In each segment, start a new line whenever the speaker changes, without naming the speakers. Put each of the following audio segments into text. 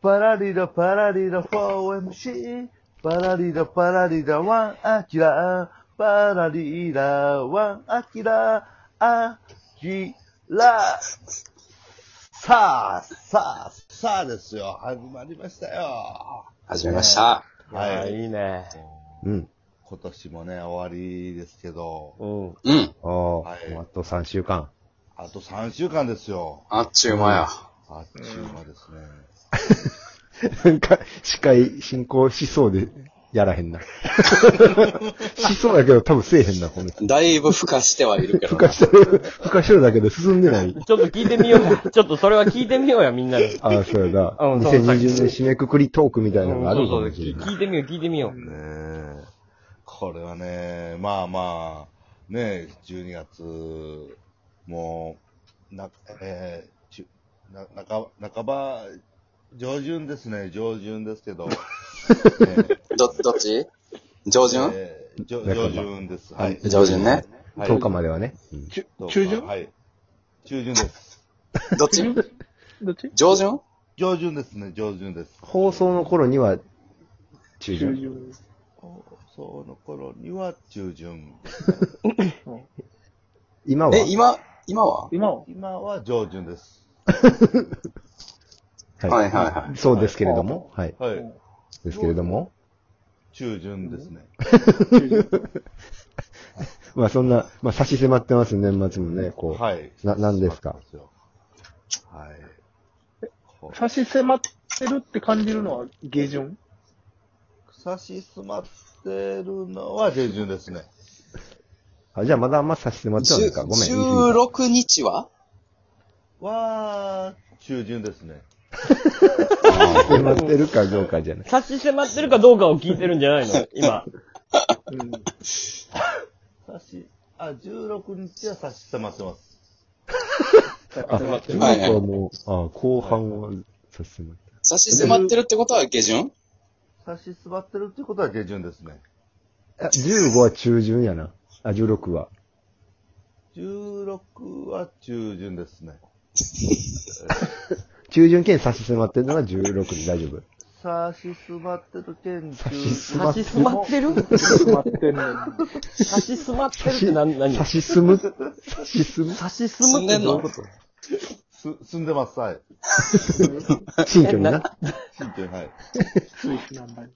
パラリラパラリラ 4MC。パラリラパラリラワンアキラ。パラリラワンアキラ。アキラ。さあ、さあ、さあですよ。始まりましたよ。
始めました。
はい
やいいね。
うん。
今年もね、終わりですけど、
う
う
ん。
ん。
ああ、
はい
あと3週間。
あと3週間ですよ。
あっちゅうまや。
あっちゅう間ですね。
なんか、司会進行しそうで、やらへんな。 しそうだけど、多分せえへんな、この人。
だいぶ孵化してはいるけど
ふ
な。
かしてる、ふかしてるだけで進んでない。
ちょっと聞いてみよう。 ちょっとそれは聞いてみようや、みんな で。
ああ、そうやな。
うんそう
2020年締めくくりトークみたいなのがあ
そ
る
う
か
そう
もしれ
聞
ない。
聞いてみよう、聞いてみよう。
ねえこれはね、まあまあ、ねえ、12月、もう、な、えー、ちゅな、なか、半ば、上旬ですね、上旬ですけど。ね
ど、どっち上旬、
えー上
半ば
上旬です。はい。
上旬ね。
はい
10日まではね。うん
中
どうか
中旬
はい。中旬です。
どっち
どっち
上旬
上旬ですね、上旬です。
放送の頃には、中
中
旬。
旬です。
放送の頃には中旬。
今は
え、今、今は
今は
今は上旬です。
は
はい。
はいはい
そうですけれども。はい。
はい。
ですけれども。
中旬ですね。
中旬。
まあそんな、まあ差し迫ってます、年末もね、こう。
はい。
な何ですか
はい。こう
差し迫ってるって感じるのは下旬
差し迫ってるのは下旬ですね。
あじゃあまだあんま差し迫ってはないか。ごめん。言い過ぎた
16日は
は、中旬ですね。
迫ってるかどうかじゃない。
差し迫ってるかどうかを聞いてるんじゃないの今。
うん。
差し、あ、16日は差し迫ってます。
差し迫ってる。
はいはい
これもう、あ後半は差し迫って。
差し迫ってるってことは下旬
差し迫ってるってことは下旬ですね。
あ15は中旬やな。あ、16は。
16は中旬ですね。
中旬兼差し迫ってるのが16で大丈夫。
差し迫ってる県中
差し
差
迫っ
して迫ってる
迫ってるのに。
差し迫ってるって何、何
差し進む差し進む
差し迫
住
っ
ん
て
で
る
ん
の
の
す、住んでます。はい。
新居にな。
新居にはい。
スイスなんだ。
中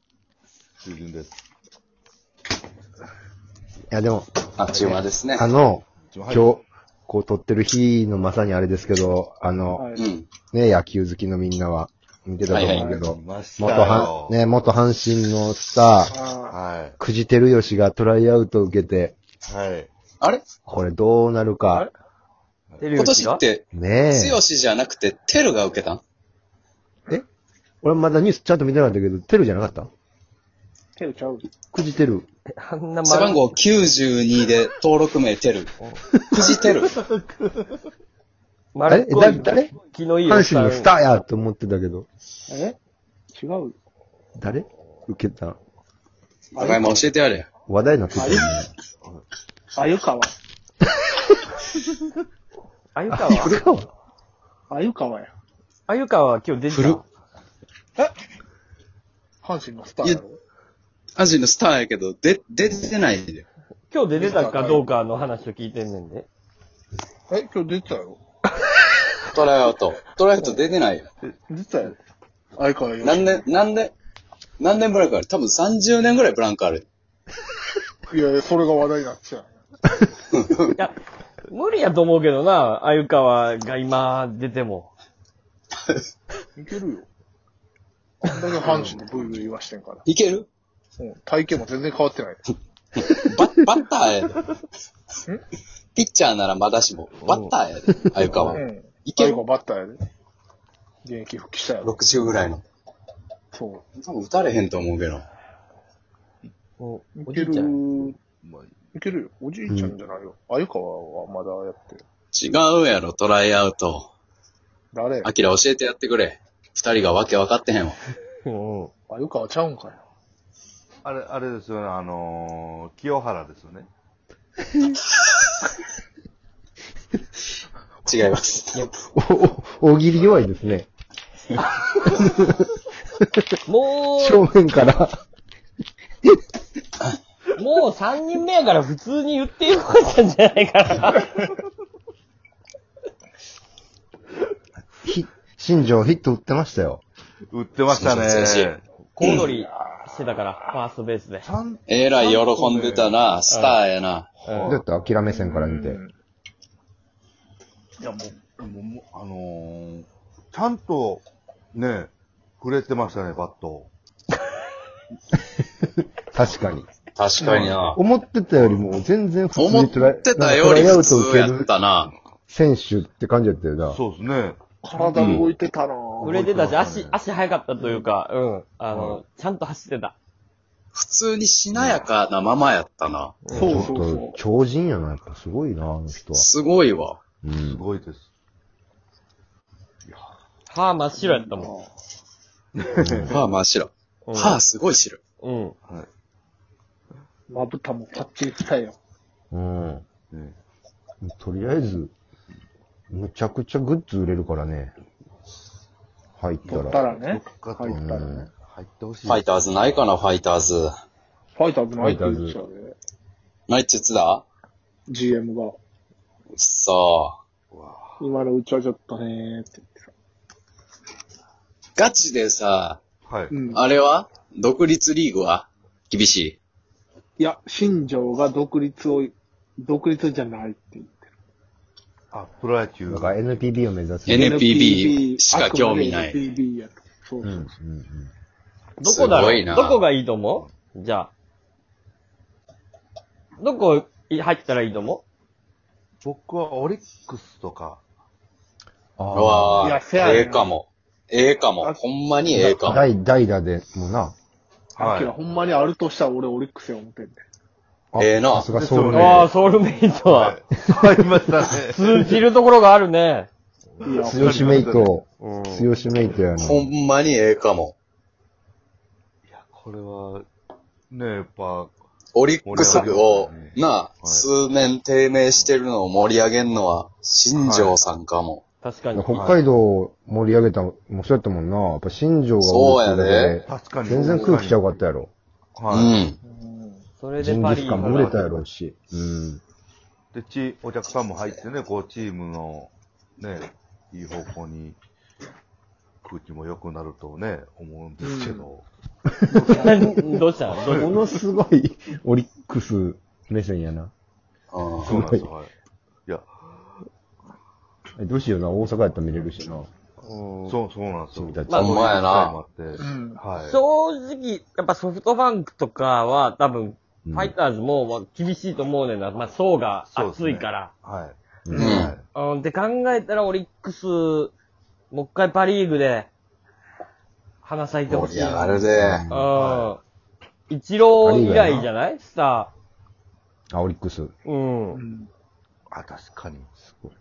旬です。
いやでも、
あっちゅうまですね。
あの、
今
今日、こう撮ってる日のまさにあれですけど、あの、
は
う
い。
ん。
ね、野球好きのみんなは見てたと思うけ
はい、
ど、
ました
元
よ
阪、。ね、元阪神のスター、
あ
は
くじてるよしがトライアウトを受けて、
い。はい。
あれ
これどうなる
あ
か
れ。てる
今
よし
年
が
って、
ねえ。
強しじゃなくて、テルが受けたん
俺まだニュースちゃんと見てなかったけど、テルじゃなかった
ー手をちゃう。
くじテル。
あんな
背番
丸
号92で登録名テル。くじ テル。
丸っこ
あれ
い
だ誰
気のいいおっ
阪
さ
神
ん
のスターやと思ってたけど、
え違う。
誰受けた
お前も教えてやれよ。
話題になってたよね。
あゆかわ。
あゆか
あ、
わ
こ。れか。
あゆかわや。
あゆかわ今日出て。
古った
阪神のスターやろ。
アジのスターやけど、で、出てないで。
今日出てたかどうかの話を聞いてんねんで。
え、今日出てたよ。
トライアウト。トライアウト出てないよ。
出てたよ。あゆかわよ。
何年、何年、何年ブランクある多分30年ぐらいブランクある。
いやいや、それが話題になっちゃう。
いや、無理やと思うけどな、あゆかわが今出ても。
いけるよ。あんだけ阪神でブイブイ言わしてんから。
いける
うん体型も全然変わってない。
バッ、バッターやで。ピッチャーならまだしも、バッターやで。鮎川。
うん。
いけ
最
る
後バッターやで。現役復帰したやろ。
?60 ぐらいの。
そ
多分打たれへんと思うけど。
もう
う。
お
い
じ
け
いちゃん。
る。
まあ、
いけるよ。おじいちゃんじゃないよ。鮎川はまだやってる。
違うやろ、トライアウト。
誰や
アキラ教えてやってくれ。二人がわけ分かってへんわ。
うん。
鮎川ちゃうんかよ。
あれ、あれですよね、あのー、清原ですよね。
違います。
お、お、大喜利弱いですね。
も
正面から。
う、もう3人目やから普通に言ってよかったんじゃないかな。
ひ、新庄ヒット打ってましたよ。
売ってました
そうそうそう
ね。
小躍りしてたから、ファーストベースで
ち。ゃん
えらい喜んでたな、スターやな。
どうやった諦め線から見て
う。ん
いや、もう、もうもう、あのー、ちゃんと、ね、触れてましたね、バット。
確かに。
確かにな。
思ってたよりも全然普通
思っ
にトライ、
てたより
な
普
んかトライア
通やっ
ウト受ける
たな。
選手って感じだったよな。
そうですね。
体動いてたな
売
ぁ。
れてたし、
覚えて
足、
ま
足速かったというか、うん。あの、ちゃんと走ってた。
普通にしなやかなままやったな。
そう
ちょ
そ
っ
う
と
そ、
超人やな。やっぱすごいな、あの人は。
すごいわ。
う
す
ん。
ごいです。
歯真っ白やった
う。
も
歯真っ白。
ん。
歯すごい白い。
うん。うん。
まぶたもパッチリ来たよ。
うん。
ね、
とりあえず、むちゃくちゃグッズ売れるからね。入った
取った
ら。
らね。
か
入ったら
う
ね
ん。
入ってほしい。
ファイターズないかな、ファイターズ。
ファイターズないって言ってたで、
ないって言ってた
GM が。
うっそ
今のうちはちょっとねーって言ってた。
ー。ガチでさ、
はい。
うん。
あれは独立リーグは厳しい。
いや、新庄が独立を、独立じゃないって言ってる。
あ、プロ野球。
なんか NPB を目指す。
N- NPB しか興味ない
あくまで NPB やと。そう
う
そ
ん
う
う
そうん
う
ど
ん。
こだ
す
ろ
ご
う
いな
どこがいいと思うじゃあ。どこい入ったらいいと思
僕はオリックスとか、
う
あ
わ
いやせ
ー、
やねん
ええかも。ええかも。
あ
ほんまにええか
あ。
も。
代、代打で、もうな。
はい
アキラ、ほんまにあるとしたら俺オリックスや思ってんね。
あ
ええな
さすがそう
う、
ね
ああ、ソウルメイトは。
入りましたね。
通じるところがあるね。
いや、
強しメイト、
うん。
強しメイトや
ほ
ね。
んまにええかも。
いや、これは、ね、やっぱ、
オリックスを
盛り上がりま、したね
なあ、
い
数年低迷してるのを盛り上げんのは、新庄さんかも。
確かに。
北海道を盛り上げた、もうそうやったもんな。やっぱ新庄が多いって
そ
い
う
確か
だけ
に。
で、全然空気ちゃうかったやろ。
は
うん。
うん
それ
ジ
で
ン
パ
ギ
リ
ス
ー
カンも売れたやろうし。うん。
い。で、ち、お客さんも入ってね、こう、チームの、ね、いい方向に、空気も良くなるとね、思うんですけど。
どうしたのどう
ものすごい、オリックス目線やな。
うん
そうなんですよ、はい。いや、
えどうしような、大阪やったら見れるしな。
そう、そうなんですよ。
君たち
まあ
ほんまやな。
そういう機会もあって。は
正
うん。
直、やっぱソフトバンクとかは多分、
うん
ファイターズもまあ厳しいと思うねんな。まあ、層が厚いから。
い。はい。
う
うん
ん。
はい
うん。って考えたらオリックス、もう一回パリーグで、花咲いてほし
い
いな。
や、あれで、
うん。一郎以来じゃないスタ
あ、オリックス。
ー。う。
うんん。
あ、確かに。
すごい。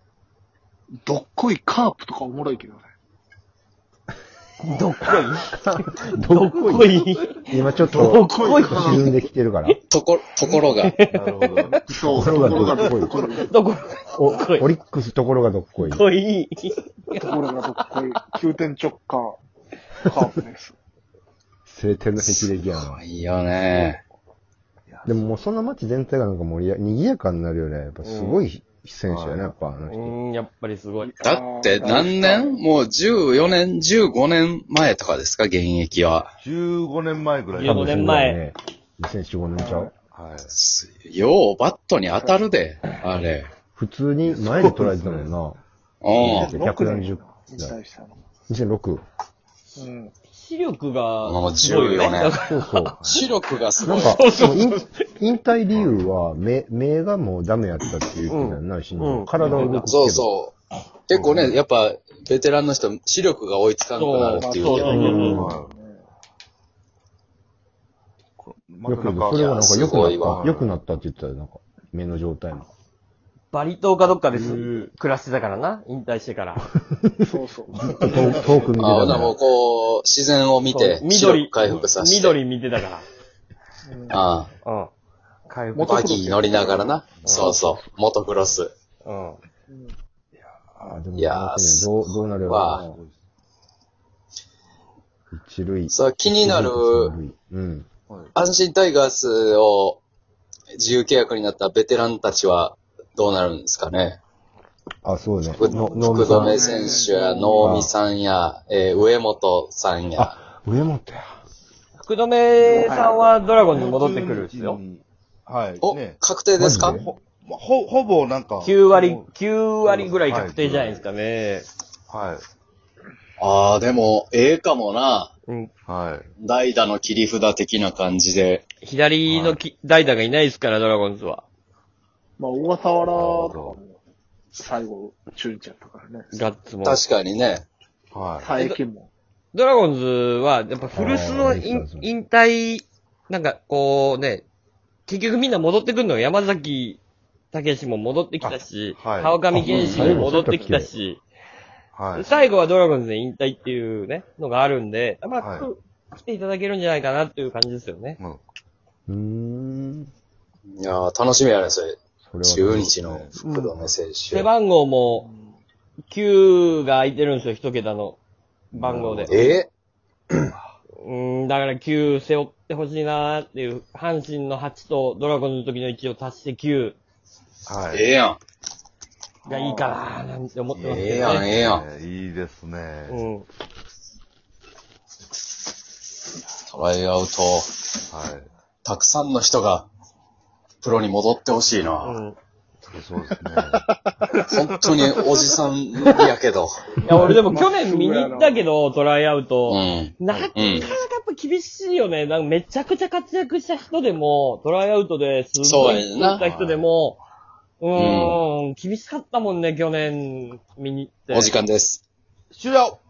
どっこいカープとかおもろいけどね。
どっこいど
ど
っ
っ
こい
今ちょっ
どっ
と、
こい
沈んできて るから。
とこ、ところが、
なるほど。
そう。
ところがどっこ
ところがどっ
どこ
お
どっこい
オリックスところがどっこい。
どっこい
こい。ところがどっこい。9点直下、カープです。
晴天の霹靂や な。
いいよね。
でももうその街全体がなんか盛り上が、賑やかになるよね。やっぱすごい選手やね、やっぱあの人。
うん、やっぱりすごい。
だって何年もう14年、15年前とかですか、現役は。
15年前ぐらい。
15年前。
2015年ちゃう
はい。
ようバットに当たるで、あれ。
普通に前で捉えてたもんな。
うん。
140
引退したの。
2006。
うん。
視力
もう
が、すごいよ
14
ね。
年。
そうそう。
視力がす
な
ごい。
んか、引引退理由は、目、目がもうダメやったっていう言ってたよな、新
うん
庄。体を動くけど。
そうそう。結構ね、やっぱ、ベテランの人、視力が追いつかなくなるっていうけ
そう
ど。
うん
ま
よ
た
く、
なんか
それはなんか良く
いやすごい
なっ
わ
た。良くなったって言ってたよ、なんか。目の状態も。
バリ島かどっかです。暮らしてたからな。引退してから。
そうそう。
遠く遠く見てた
あ、ほな
から
もうこう、自然を見て
そう、
視力回復させて。。
緑見てたか
あ
ら。うん。回
あ、
復。
バギー乗りながらな。そうそう。モトクロス。
うん。
あでも
いやー
楽しみどう、どうなるやろ
わ
うな一塁。
そう、気になる、
一塁うん。
阪神タイガースを自由契約になったベテランたちはどうなるんですかね。
あ、そうね。
福
の能
福
見さ
留
ん。
選手や能見さんや、えー上本さんや。
あ、上本や。
福留さんはドラゴンに戻ってくるんですよ。
はい。
お、
ね
確定ですか
マジ
ほ、ほほぼなんか。
9割、9割ぐらい確定じゃないですかね。
はい。
ああ、でも、ええかもな。
うん。
はい。
代打の切り札的な感じで。
左のき代打がいないですから、ドラゴンズは。
まあ、小笠原とか
なるほ
も、最後、中日やったからね。
ガッツも。
確かにね。
はい。
佐伯も。
ドラゴンズは、やっぱ古巣の
あーいい
引
ですね
引退、なんかこうね、結局みんな戻ってくるのよ山崎武史も戻ってきたし、
あはい
川上健志も戻ってきたし、
はい。
最後はドラゴンズで引退っていうね、のがあるんで、まあ、
はい
ちょっと来ていただけるんじゃないかなっていう感じですよね。
うん。
うーん。
いやー楽しみやね、それ。
それ
中
は。
日の福留選手。
背番号も9が空いてるんですよ、一桁の番号で。
え
うん、だから9背負ってほしいなーっていう、阪神の8とドラゴンズの時の1を足して9
は
え
い。
えやん。
がいいかなーなんて思ってます
ええ
け
や
ど
ん、
ね。
ええやん。
えーいいですね。
うん。
トライアウト。
はい。
たくさんの人が、プロに戻ってほしいな。
うん。
そう ですね。
本当におじさんやけ ど。
いや、俺でも去年見に行ったけど、トライアウ
う
ト。
ん。
なかなかやっぱ厳しいよね。なんかめちゃくちゃ活躍した人でも、トライアウトです
そ
ご
う
い
やな
った人でも、うーん、厳しかったもんね、去年見に行って。
お時間です。
終了